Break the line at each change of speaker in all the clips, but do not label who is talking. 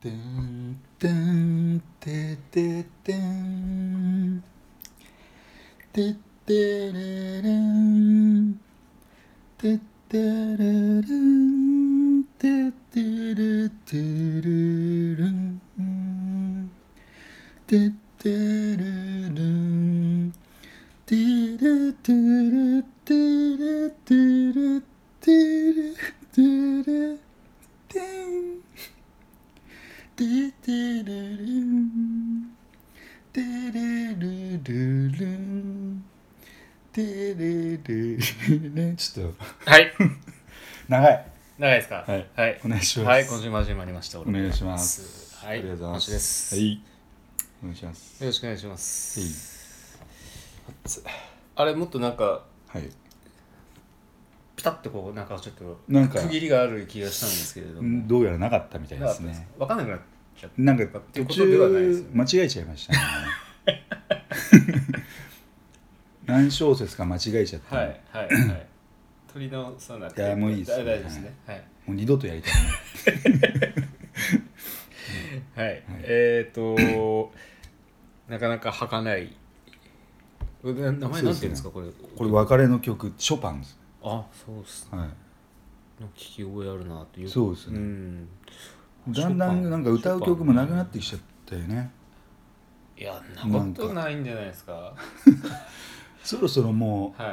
てんてんてててんてってれれんてってれれんてってれてれれんてってれれんてれてれてれてれてれてれてんテテレレンテレレレレンテレレレレンちょっと
はい。
長い
長いですか
はい
はい
お。願いします
はい、今週も始まりました。お
お願いします
はい、
ありがとうございます
今週です。
は
よ
いお願いします
ろしくお願いします。
熱い
あれ、もっとなんか、
はい
ピタッとこう、なんかちょっと、
なんか
区切りがある気がしたんですけれど
ん
も。
どうやらなかったみたい
な
で
かっ
す
たです
ね
わかんなくなっちゃった。
なんか
ってい
途
うことではないです
中
よね
間違えちゃいましたね 何小節か間違えちゃった
はい、はい、はい。取り直さなくて。
いやもういいです
だ大丈夫ですね。はい。
もう二度とやりたいね
はい、えっ、と、なかなかはかない。これ名前なんていうんですか、これ。
これ別れの曲ショパンです
あ、そうっすね。
はい
聞き覚えあるなという。
そうですね
ん
だんだんなんか歌う曲もなくなってきちゃったよね
いやそんなことないんじゃないですか
そろそろも
はい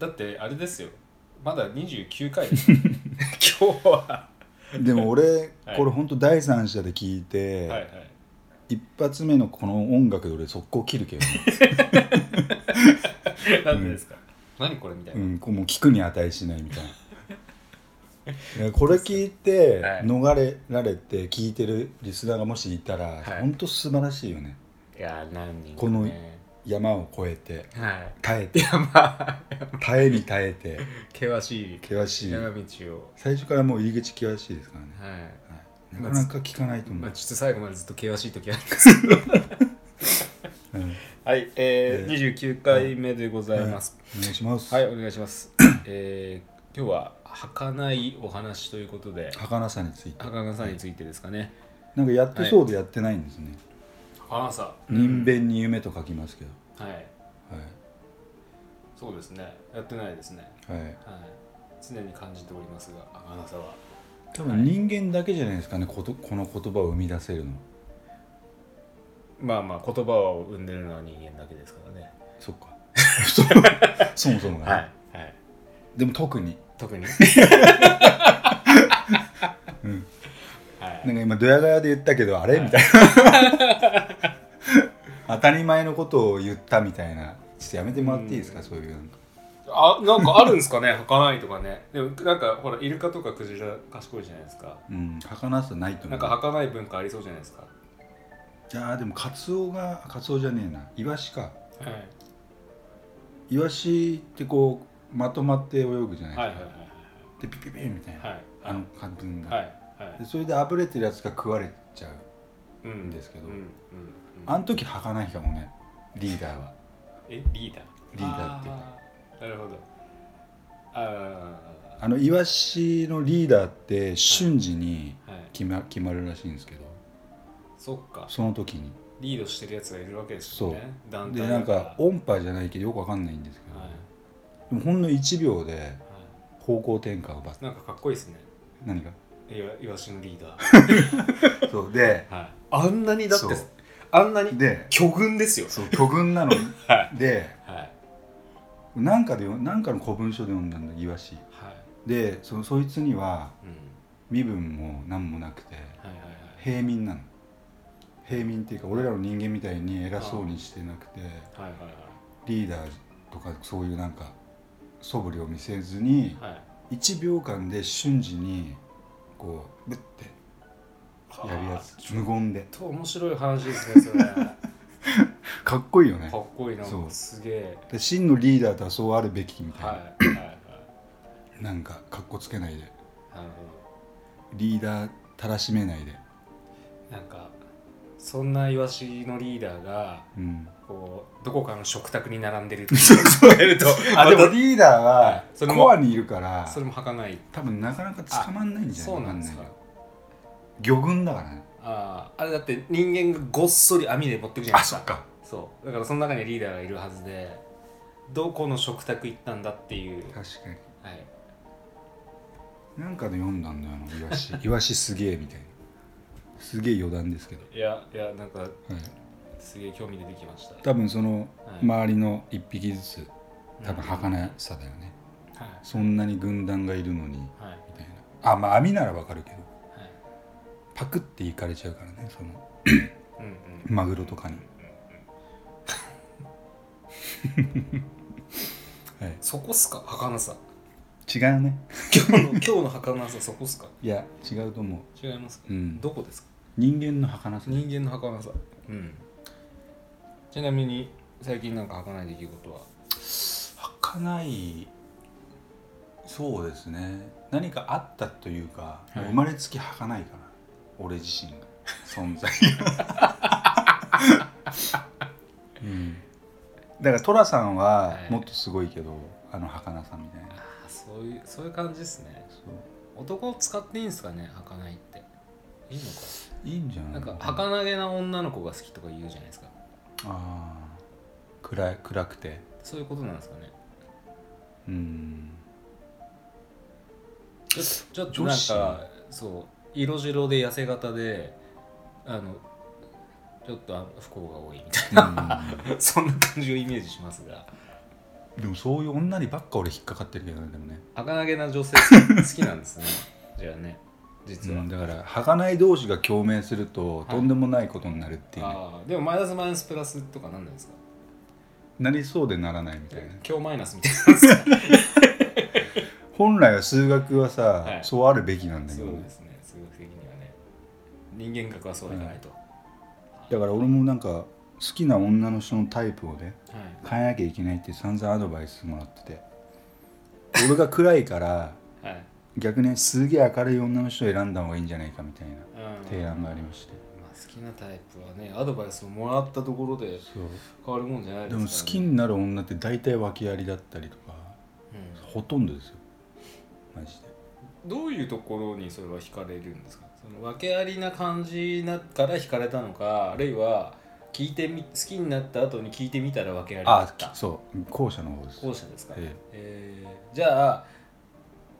だってあれですよまだ29回 です今日は
うでも俺
はい
これほんと第三者で聞い
はい
て、
はい
一発目のこの音楽で俺速攻切るけど、 ね、
なんでですか、何これみたいうな、
んこうもう聞くに値しないみた いないやこれ聞いて
はい
逃れられて聞いてるリスナーがもしいたら、
はい
ほんと素晴らしいよね
いや何人
この
ね
山を越えて
はい
耐えて
まあ
耐えに耐えて
険しい
険しい
山道を
最初からもう入り口険しいですからね、
はい
はい、なかなか聞かないと思う、
まあちょっと最後までずっと険しい時あるんです
うん
はい、
え
えー、29回目でございます。
お願いします、
はい、お願いします。えー、今日は儚いお話ということで、
儚さについて
儚さについてですかね。
なんかやってそうでやってないんですね、
儚さ。
人弁に夢と書きますけど
はい、
は
そうですね。やってないですね。
い、はい、
はい、常に感じておりますが、儚さは。
多分人間だけじゃないですかねことこの言葉を生み出せるの
まあまあ、言葉を生んでるのは人間だけですからね。
そっ かそもそもがね、
い、はい、
でも特に
特 に。
ん
はい
なんか今ドヤ顔で言ったけどあれみたいな 当たり前のことを言ったみたいなちょっとやめてもらっていいですか、
うん
そういうなんか
あなんかあるんですかね儚いとかねでもなんかほらイルカとかクジラ賢いじゃないですか
うん儚さないと思う
なんか儚い文化ありそうじゃないですか
いやーでもカツオがカツオじゃねえなイワシか
はい
イワシってこうまとまって泳ぐじゃないですか、
はいはい
でピピピみたいな、
はい
あの感じが、
はいは
でそれであぶれてるやつが食われちゃう
いうん
ですけど
うんうんうん
あの時儚いかもねリーダーは
えリーダー
リーダーっていうか
あーなるほどあ
あのイワシのリーダーって瞬時に
あはい
決ま決まるらしいんですけど
そっか
その時に
リードしてるやつがいるわけですよね団体
で
だ
なんから音波じゃないけどよくわかんないんですけど、
はい
でもほんの1秒で
は
方向転換をバス
いなんかかっこいいですね
何が
いわイワシのリーダ
そうで
ーはいあんなにだって
そう
あんなに
で
巨群ですよ
そう巨群なの
は
で
はいはい
なんかでよなんかの古文書で読んだんだイワシでそのそいつには
うん
身分も何もなくて
はいはいはい
平民なの平民っていうか俺らの人間みたいに偉そうにしてなくて
はいはい
リーダーとかそういうなんか素振りを見せずに
はいはい
1秒間で瞬時にこうブッてやるや
あ
つ
ー
無言で
ちょっと面白い話ですね それか
かっこいいよね
っこいいな
そう
すげえ
で真のリーダーとはそうあるべきみたいな、
はいはいはい
なんかかっこつけないで
なる
リーダーたらしめないで
ほどなんかそんなイワシのリーダーが
うん
こうどこかの食卓に並んでる って聞こえると
あ
あ
で
で
も
も
リーダーは
はいそれも
コアにいるから
それも儚い
多分なかなか捕まんないんじゃない
そうなんですか
わかんないけど魚群だからね
ああああれだって人間がごっそり網で持ってくじゃないですか
か
そうだからその中にリーダーがいるはずでどこの食卓行ったんだっていう、
確かに
はい、
なんかで読んだんだよなイワ シイワシすげえみたいなすげえ余談ですけど、
いやいやなんか
はい、
すげえ興味出てきました
多分その
はい
周りの一匹ずつ多分
うん
儚さだよね、
はい
そんなに軍団がいるのにみ
はい
たいなあまあ網ならわかるけど
はい
パクっていかれちゃうからねその
うんうん
マグロとかにはい
そこっすか儚さ
違うね
今日の今日の儚さそこっすか
いや違うと思う
違いますか、
うん
どこですか
人間の儚さ
人間の儚さうんちなみに最近なんか儚い出来事は
儚いそうですね何かあったというか、
はい
生まれつき儚いかな俺自身が存在 が、うん、だから寅さんは
はい
もっとすごいけど、あの儚さみたいな
ああそういうそういう感じですね
そう
男を使っていいんですかね儚いっていいのか
いいんじゃない
なんか儚げな女の子が好きとか言うじゃないですか
あー暗い暗くて
そういうことなんですかね
うん
ちょちょっと
女
なん
子
かそう色白で痩せ型であのちょっとあ不幸が多いみたいな そんな感じをイメージしますが
でもそういう女にばっか俺引っかかってるけどねでもね、
儚げな女性好きな んですねじゃあね実
う
は、
んだから儚い同士が共鳴すると、
い
とんでもないことになるっていうね、
ああでもマイナスマイナスプラスとかなんないですか
なりそうでならないみたいな
今日マイナスみたいなんですか
本来は数学はさ、
はい
そうあるべきなんだけ
そ
ど
う
ね
ですね数学的にはね人間学はそういかないと、
だから俺もなんか好きな女の人のタイプをね
はい
変えなきゃいけないって散々アドバイスもらってて俺が暗いから
はい、
逆にすげえ明るい女の人を選んだ方がいいんじゃないかみたいな
うん
提案がありまして
まあ、好きなタイプはねアドバイスをもらったところで
そう
変わるもんじゃない
でも
で
好
す
きになる女って大体訳ありだったりとか
う
ほとんどですよマジで
ん、どういうところにそれは惹かれるんですかその訳ありな感じなから惹かれたのかあるいは聞いてみ好きになった後に聞いてみたら訳ありだ
あ
っ
あ
た
そう後者の方です
後者ですか、
え
えーじゃあ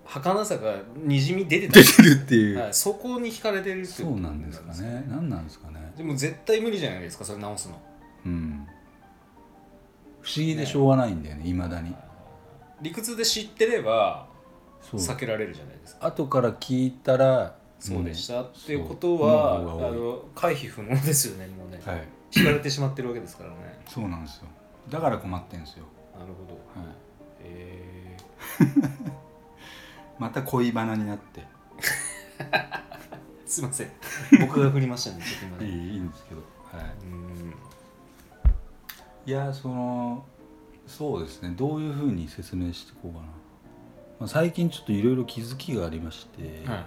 儚さがにじみ出てた
出てるっていう、
はい、そこに惹かれてるって
そうなんですかね何なんですかね
でも絶対無理じゃないですかそれ直すの
うん不思議でしょうがないんだよねいまだに
理屈で知ってれば
そう
避けられるじゃないですか
後から聞いたら
そうでした、
ん
っていうことは、
そうの方が
あ
多い
の回避不能ですよねもうね、
はい
引かれてしまってるわけですからね
そうなんですよだから困ってんですよ、
なるほど
はい、
えー、
また恋バナになって
すい ません僕が振りましたねちょっと今
いい
ね
いいんですけど、は
うん
い、いやーそのそうですねどういうふうに説明していこうかな、まあ、最近ちょっといろいろ気づきがありまして、
はいはい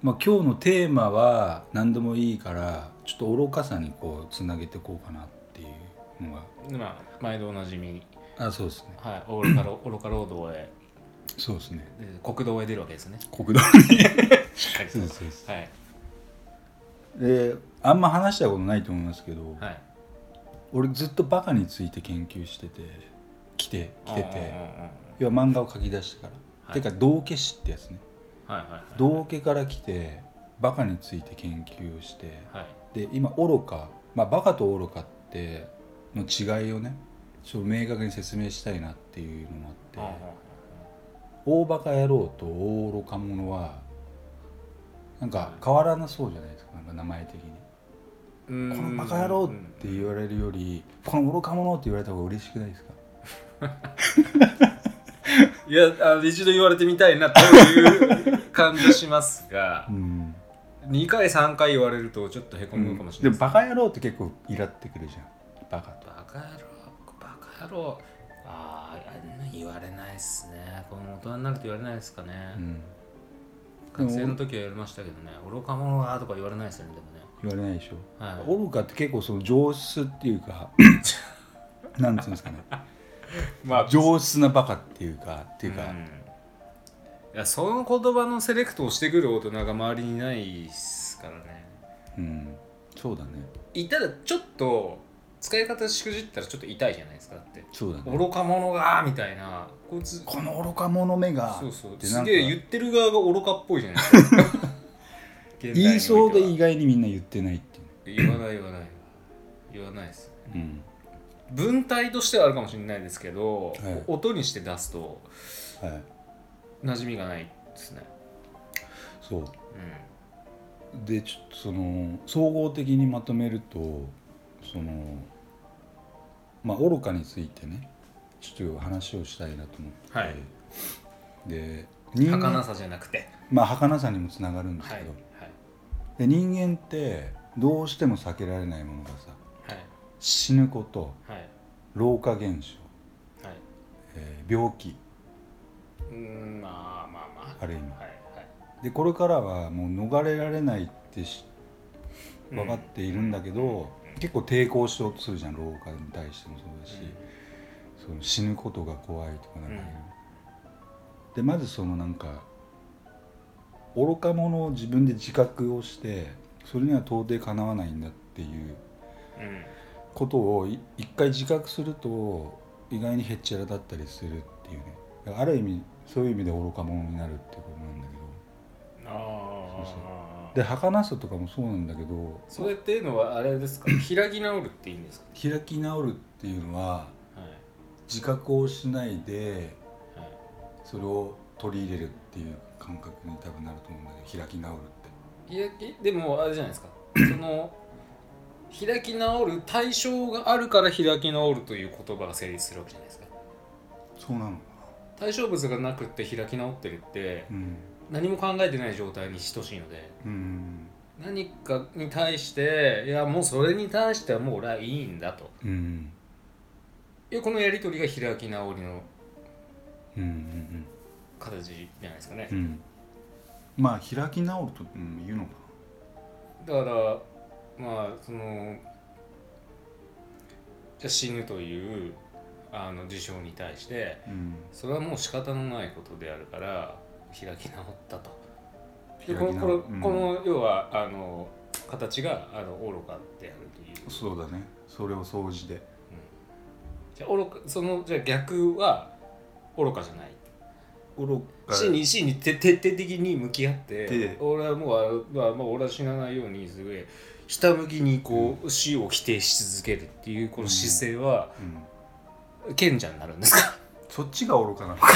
まあ、今日のテーマは何でもいいからちょっと愚かさにこうつなげていこうかなっていうのが
まあ毎度おなじみ、
あそうですね
はい、愚かろ愚か労働へ
そうですね
えー国道へ出るわけですね
国道に
しっかり
そ
と
うそうそ
はい
であんま話したことないと思いますけど、
はい
俺ずっとバカについて研究してて来て来て
うんうんうん
て要は漫画を書き出してから、
はい
てか道化師ってやつね
はいはいはい
道化から来てバカについて研究をして
はい
で今愚か、まあ、バカと愚かっての違いをねちょっと明確に説明したいなっていうのも
うんうん
あ
う
っ
ん
て、大バカ野郎と大愚か者はなんか変わらなそうじゃないですかなんか名前的に。
うん
このバカ野郎って言われるよりこの愚か者って言われた方が嬉しくないですか
いやあの一度言われてみたいなという感じはしますが
うん
2回3回言われるとちょっとへこむかもし
で
れ
も
ない
バカ野郎って結構イラってくるじゃんバカと
バカ野郎バカ野郎あーあんな言われないっすねこの大人になると言われないですかね、
うん
学生の時は言われましたけどね愚か者がとか言われないですよねでもね
言われないでしょ
はい
愚かって結構その上質っていう かなんていうんですかね
ま
上質なバカっていうかっていうか、
いやその言葉のセレクトをしてくる大人が周りにないっすですからね
うんそうだね
いたらちょっと使い方しくじったらちょっと痛いじゃないですかだって
そうだね
愚か者がみたいなこいつ
この愚か者めが
そうそう
ってなん
す
か
げえ言ってる側が愚かっぽいじゃないです か現代においては
言いそうで意外にみんな言ってないってい
言わない言わない言わないです
う、うん、
文体としてはあるかもしれないですけど、
はい
音にして出すと
はい
馴染みがないですね
そう
う
でちょっとその総合的にまとめるとそのまあ愚かについてねちょっと話をしたいなと思って、
はい
で人
ん儚
間
さじゃなくて
まあ儚さにもつながるんです
はい
け
はい
ど、で人間ってどうしても避けられないものがさ
はい
死ぬこと
はい
老化現象、
はいう
えー病気
ーんまあまあま
ある意味
あはいはい
でこれからはもう逃れられないってし
うん
分かっているんだけど、結構抵抗しようとするじゃん老化に対してもそうだし、その死ぬことが怖いとかなんか、でまずそのなんか愚か者を自分で自覚をしてそれには到底かなわないんだっていう
うんうん
ことをい一回自覚すると意外にへっちゃらだったりするっていうねだからある意味そういう意味で愚か者になるってことなんだけど
ああ
そうで儚さとかもそうなんだけど
それっていうのはあれで すか開き直るっていいんですか
開き直るっていうのは
はい
自覚をしないで
はい
それを取り入れるっていう感覚に多分なると思うんだけど開き直るって。
いやえでもあれじゃないですかその開き直る対象があるから開き直るという言葉が成立するわけじゃないですか
そうなのか
対象物がなくって開き直ってるって
なうん
何も考えてない状態に等しいので
うん
何かに対していやもうそれに対してはもう俺はいいんだと
うん
いやこのやり取りが開き直りの
うんうん
形じゃないですかね
うんまあ開き直ると、うん、言うのか
だからまあそのじゃあ死ぬというあの事象に対して
なうん
それはもう仕方のないことであるから開き直ったと。で
開
この
き
こ
直
の
るうん
この要はあの形があの愚かであるという。
そうだねそれを総じで
じゃあ愚かそのじゃあ逆は愚かじゃない。
愚か
死に死にて徹底的に向き合って
で
俺はもうあの、まあまあ、俺は死なないようにすごいひたむきにこう、死を否定し続けるっていうこの姿勢は
うん、
賢者になるんですか、
そっちが愚か なのか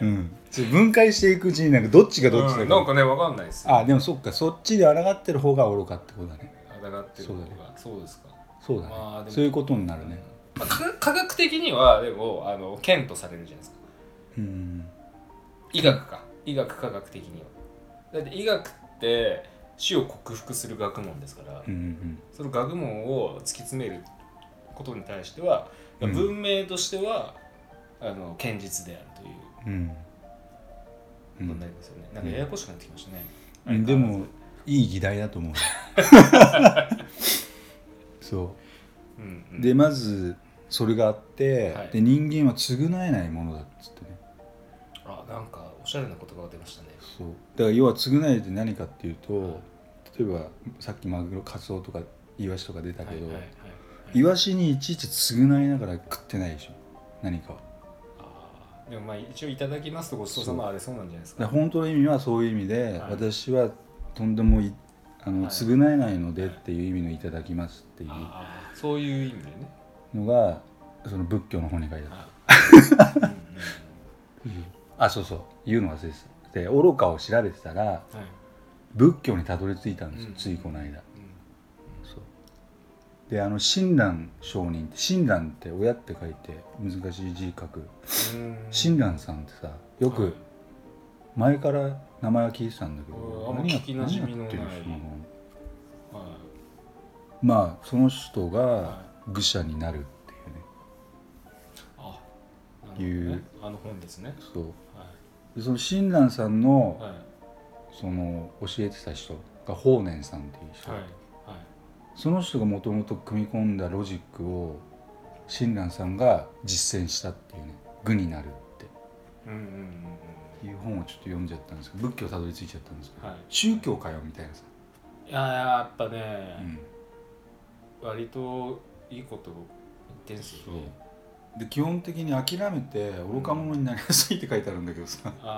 うんちょ分解していくうちになんかどっちがどっちだか、
うんなんかねわかんないですよ。
あでもそっかそっちで抗ってる方が愚かってことだね
あだがってる方が
そうだ
そうですか。
そうだね、
まあでも
そういうことになるね
まあ、科科学的にはでもあの剣とされるじゃないですか
うん
医学か医学科学的にはだって医学って死を克服する学問ですから、
うんうん
その学問を突き詰めることに対しては、
うん
文明としてはあの堅実であるという
うんう
こと
ん
になりますよね、なんかややこしくなってきましたね、
うんでもいい議題だと思う そ
うんう、
うんでまずそれがあって、
はい
で人間は償えないものだっつってね
あなんかおしゃれな言葉が出ましたね
そうだから要は償えって何かっていうと、
はい
例えばさっきマグロカツオとかイワシとか出たけど、
はいはいはい
イ
はい、
ワシにいちいち償いながら食ってないでしょ何かを
あーでもまあ一応いただきますとごちそうさまあれそうなんじゃないです
で
か
本当の意味はそういう意味で、
はい
私はとんでもいあの、
はい
償えないのでっていう意味の「いただきます」ってい
あ
う
あそういう意味でね
のがその仏教の本に書いてある
あ
あそうそう言うの忘れてたで愚かを調べてたら
はい
仏教にたどり着いたんですよ、
うん
ついこの間そうであの親鸞上人って親鸞って親って書いて難しい字書く
うん
親鸞さんってさよ
はい
く前から名前は聞いてたんだけど、
うんあんま聞き馴染みのな
何やっ
い
てる人の
は
まあその人
い
が
は
愚者になるっていうね
いあなるほど
い
ね
う
あの本ですね
そう
は
でその親鸞さんの
いはい
その教えてた人が法然さんっていう人、
はいは
その人がもともと組み込んだロジックを親鸞さんが実践したっていうね「愚になる」って
いうんうんうんうん
いう本をちょっと読んじゃったんですけど仏教たどり着いちゃったんですけど、
はい
宗教かよみたいなさ、
いややっぱ
う
ね、
ん、
割といいこと言ってんすよ、
そ
ね、
うで基本的に諦めて愚か者になりやすいって書いてあるんだけどさ、
ああああ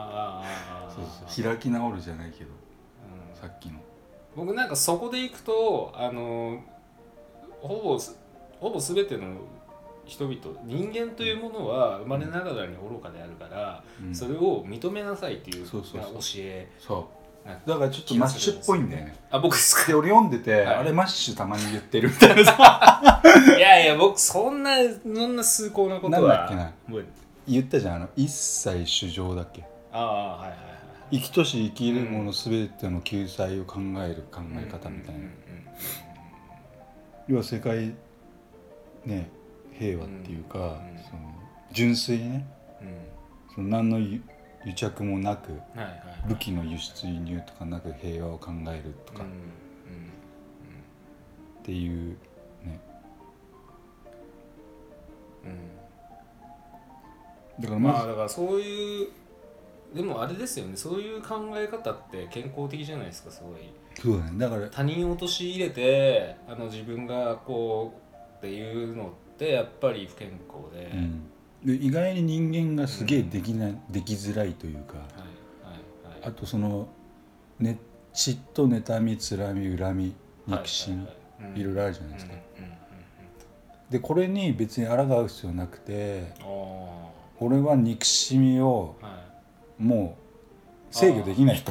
ああ
そうそう開き直るじゃないけど
うん
さっきの
僕なんかそこでいくとあのほぼすほぼ全ての人々人間というものは生まれながらに愚かであるから、
うん
それを認めなさいっていう
そうそうそう
まあ教え
そう
なん
だからちょっとマッシュっぽいんだよね
あ僕です
で
か
俺読んでて、
はい
あれマッシュたまに言ってるみ たいなさ
いやいや僕そんなそんな崇高なことは
なんだっ
覚えて
言ったじゃんあの一切主情だっけ
ああはいはい
生きとし生きるもの全ての救済を考える考
はい
え方みたいな、
うんうん
要は世界ね平和っていうか、
うん
その純粋にね
うんうん
その何の癒癒着もなく
うんはいはいはい
武器の輸出輸入とかなく平和を考えるとか
うんう
っ
ん
ていうね
うんうん
だからま
まあ
あ
だからそういうでもあれですよねそういう考え方って健康的じゃないですかすごい
そうだねだから
他人を陥れてあの自分がこうっていうのってやっぱり不健康で、
うんで意外に人間がすげえできない、できづらいというか
はいはいは
あ
い
とその、ね、嫉妬妬みつらみ恨み
はい
憎しみ、い
は
ろい
ろ
ろあるじゃないですか、
うんうんうんうん
でこれに別に抗う必要なくて
あ
俺は憎しみを
ーはい
もう制御できないと、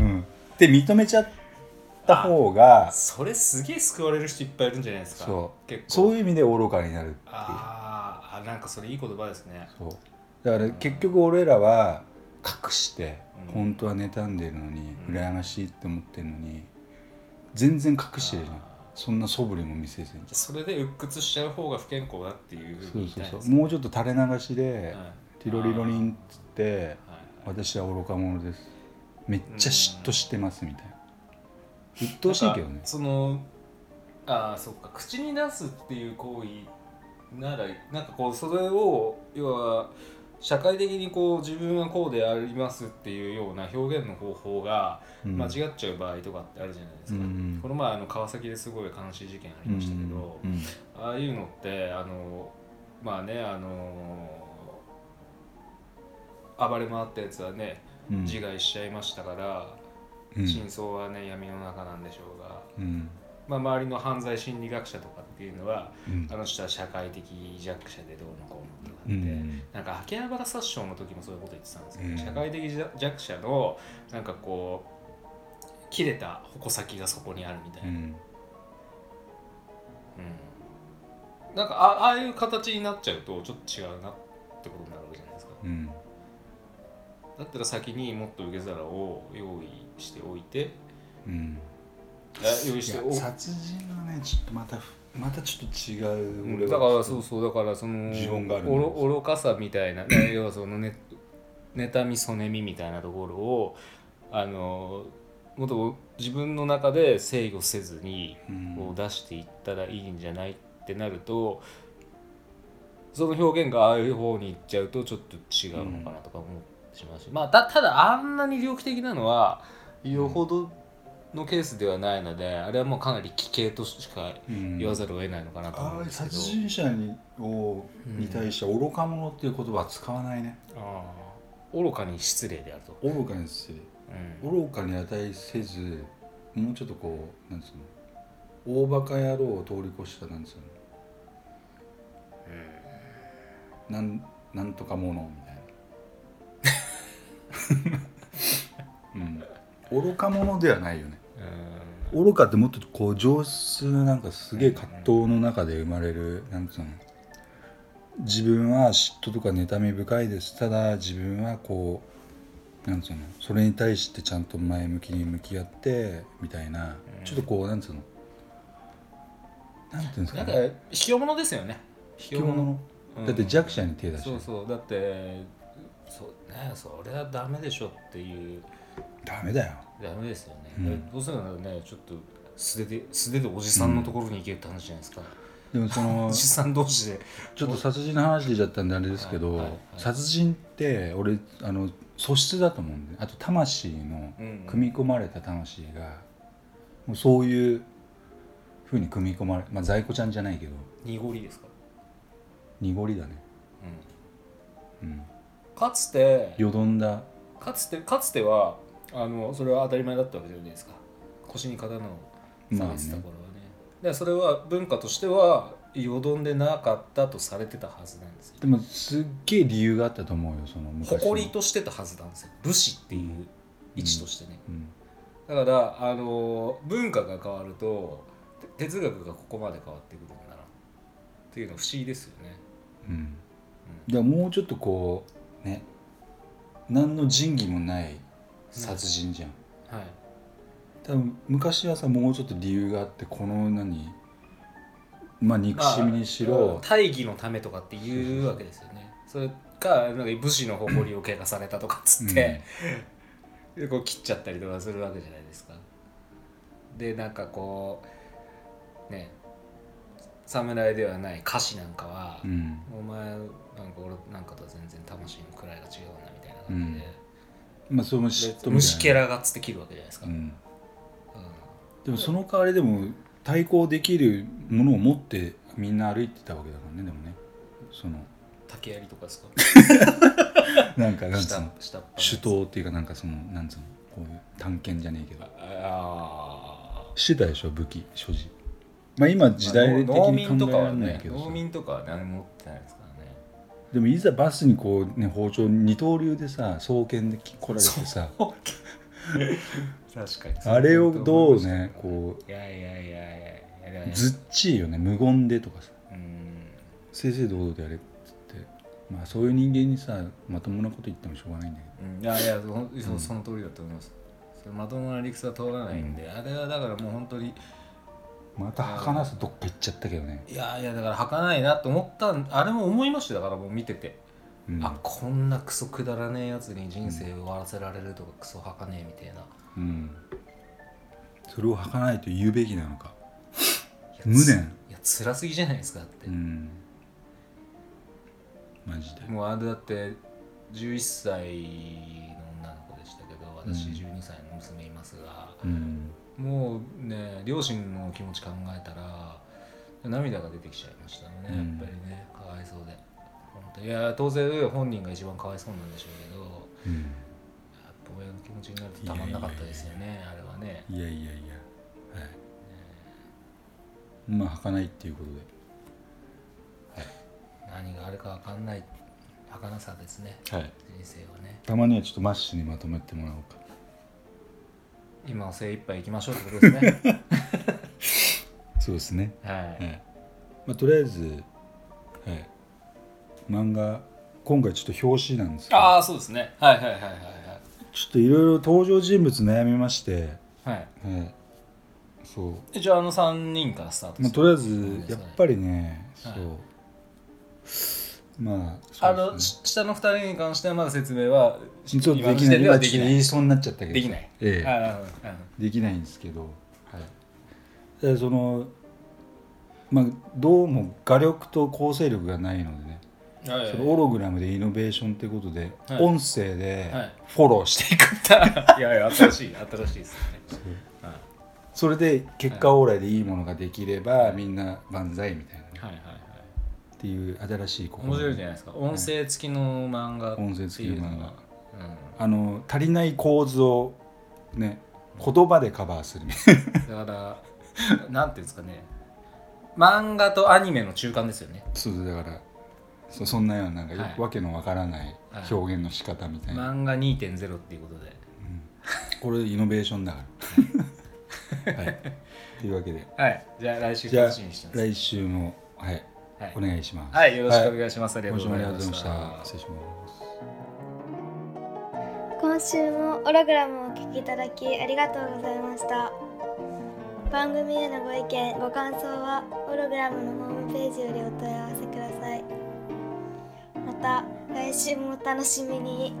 うん、で認めちゃった方が
それすげえ救われる人いっぱいいるんじゃないですか
そう
結構
そういう意味で愚かになるっていう
あーあなんかそれいい言葉ですね
そうだから結局俺らは隠して
うん
本当は妬んでるのに
うん
羨ましいって思ってるのに全然隠してるじゃ
あ
んそんな素振りも見せずに
ーそれで鬱屈しちゃう方が不健康だっていうふう
そう
に言いた
そ
いうです
そうもうちょっと垂れ流しで
はい
「ティロリロリン」っつって
はい
「私は愚か者です」めっちゃ嫉妬してますみたいな鬱陶しいけど
なん
ね
かそのああそっか口に出すっていう行為ならなんかこうそれを要は社会的にこう自分はこうでありますっていうような表現の方法が
うん
間違っちゃう場合とかってあるじゃないです
う
か、
ん
この前あの川崎ですごい悲しい事件ありましたけど、
うんうん
ああいうのってあのまあねあの暴れ回ったやつはね
うん
自害しちゃいましたから、
うん
真相はね闇の中なんでしょうが、
うん
まあ、周りの犯罪心理学者とかっていうのは
うん
あの人は社会的弱者でどうのこうのとかって、
うん
なんか秋葉原殺傷の時もそういうこと言ってたんですけど、
うん
社会的弱弱者のなんかこう切れた矛先がそこにあるみたいうな、
ん
うんなんかあああいう形になっちゃうとちょっと違うなってことになるわけじゃないですか
うん
だったら先にもっと受け皿を用意しておいて
うん
あ用意して
い
お
や殺人はねちょっとまたまたちょっと違う、
うん
俺
だ
は
からそうそうだからその
持論があるん
おろ
です
愚かさみたいなね 要はそのね妬みそねみみたいなところをあのもっと自分の中で制御せずに
うん
こう出していったらいいんじゃないってなるとその表現がああいう方に行っちゃうとちょっと違うのかなとか思ってしまうし、まあたただあんなに猟奇的なのはよほどのケースではないので、あれはもうかなり危険としか
うん
言わざるを得ないのかなと思
あ
うん
あ
ですけど
殺、人者にを
うん
に対して愚か者っていう言葉は使わないね、
ああ愚かに失礼であると、
愚かにする
うん
愚かに値せずもうちょっとこうなんつうの大バカ野郎を通り越したなんつうの、なんなんとかもの みたいな、うん、愚か者ではないよね
うん
愚かってもっとこう上質ななんかすげえ葛藤の中で生まれるなんつうの自分は嫉妬とか妬み深いですただ自分はこうなんつうのそれに対してちゃんと前向きに向き合ってみたいな、
うん
ちょっとこうなんつうのなんていうんです
な
か
んか
ね
卑怯者ですよね卑
卑怯者
うん
だって弱者に手出して
そうそうだってそうねそれはダメでしょっていう
ダメだよ
ダメですよね、
うん
どうせならねちょっと素手で素手でおじさんのところに行けって話じゃないですか、
でもそ の
おじさん同士で
ちょっと殺人の話出ちゃったんであれですけど、
はいはいはい
殺人って俺あの素質だと思うんであと魂の
うん
組み込まれた魂がもうそういうふうに組み込まれまあ在庫ちゃんじゃないけど
濁りですか、
濁りだね、
う
うん、
ん、かつて
よどんだ
かつてかつてはあのそれは当たり前だったわけじゃないですか腰に刀を下げてた頃はね,、でそれは文化としてはよどんでなかったとされてたはずなんですよ
でもすっげえ理由があったと思うよその昔の
誇り、としてたはずなんですよ武士っていう位置としてね、
うん
だからあの文化が変わるとて哲学がここまで変わってくるんだなっていうのは不思議ですよね、
うん、だからもうちょっとこうね何の仁義もない殺人じゃん、
うん、はい
多分昔はさもうちょっと理由があってこの何まあ憎しみにしろ、
大義のためとかっていうわけですよねそれかなんか武士の誇りを怪我されたとかっつって、でこう切っちゃったりとかするわけじゃないですかでなんかこうね侍ではない歌詞なんかは、
うん、うん
お前なんか俺なんかとは全然魂の位が違うんだみたいな感じで、
まあそれも
で
嫉妬み
虫
た
け
いな、
らがつって切るわけじゃないですか、
う
うん
ん、でもその代わりでも対抗できるものを持ってみんな歩いてたわけだからねでもねその
竹槍とかですか
なんかなんつう
下
の
下っ端
手刀っていうかなんかそのなんつうのこういう探検じゃねえけど
ああ
してたでしょ武器所持まあ今時代的
農
に
民と
考
か
えら
は
れない
ね
けどさ
農民とかは何も持ってないですからね
でもいざバスにこうね包丁二刀流でさ双剣で来られてさ
確かに
あれをどうねこ
ういやいやいやいやいや
うずっちいよね無言でとかさ
うん
正々堂々とやれっつってまあそういう人間にさまともなこと言ってもしょうがないんだけど
うんいやいやほんそうその通りだと思います、それまともな理屈は通らないんで、あれはだからもう本当に
また儚さどっか行っちゃったけどね、
いやいやだから儚いなと思ったんあれも思いましたよだからもう見てて、
うん
あこんなクソくだらねえやつに人生終わらせられるとか、クソ儚ねえみたいな
うん、それを儚いと言うべきなのか
いや
無念
ついや辛すぎじゃないですかだって、
うんマジで
もうあれだって11歳の女の子でしたけど
う
私
ん
12歳の娘いますが、
うん
もうね両親の気持ち考えたら涙が出てきちゃいましたね、
うん
やっぱりねかわいそうで本当いや当然本人が一番かわいそうなんでしょうけど
うん
やっぱ親の気持ちになるとたまんなかったですよねあれはね
いやいやいやはいまあ儚いっていうことで
何があるかわかんない儚さですね
はい、
人生はね
たまにはちょっとマッシュにまとめてもらおうか
今を精一杯いきましょうってことですね
そうですね、
は
はい
い
まあ、とりあえず、はい、漫画今回ちょっと表紙なんですけど
ああそうですねはいはいはいはい
ちょっといろいろ登場人物悩みまして、
はいはい
はい、そう
えじゃああの3人からスタート
まあ、とりあえ
そう
ず
です
や
ね
っぱりね、
はい
そう、まあそ
あ
う
の
ですね
し下の2人に関してはまだ説明は
ちょっと
今
で
の
き
時
な
点
い
では
今
で
ち
き
ょっと
ない
言いそうになっちゃったけど
できない
ええ
あああ
できないんですけど、はい、でそのまあどうも画力と構成力がないのでね、
あはい
そのオログラムでイノベーションってことで、
はい
音声で
はい
フォローしてい く、
いやいや新しい新しいですよねはい
それで結果往来でいいものができれば、みんな万歳みたいなね、
はいはいはい
っていう新しい試み
面白いじゃないですか音声付きの漫画
音声付きの漫画
っていうのは
あの足りない構図をね言葉でカバーするみたい
うん、だからなんていうんですかね漫画とアニメの中間ですよね
なそうだからそそんなようななんか、
はい
わけのわからない
はい
表現の仕方みたいな、
漫画2.0っていうことで
これイノベーションだから。はい、というわけで
はいじゃあ来週
じゃあ
楽しみにしてます
来週も、はい、
はい
お願いします。
はい、よろしくお願いします。ありが
今
と
週
う
も
ご
ありがとうござ
ざいま
いました。失。礼します。
した
今週もオログラムをお聴きいただきありがとうございました番組へのご意見ご感想はオログラムのホームページよりお問い合わせくださいまた来週もお楽しみに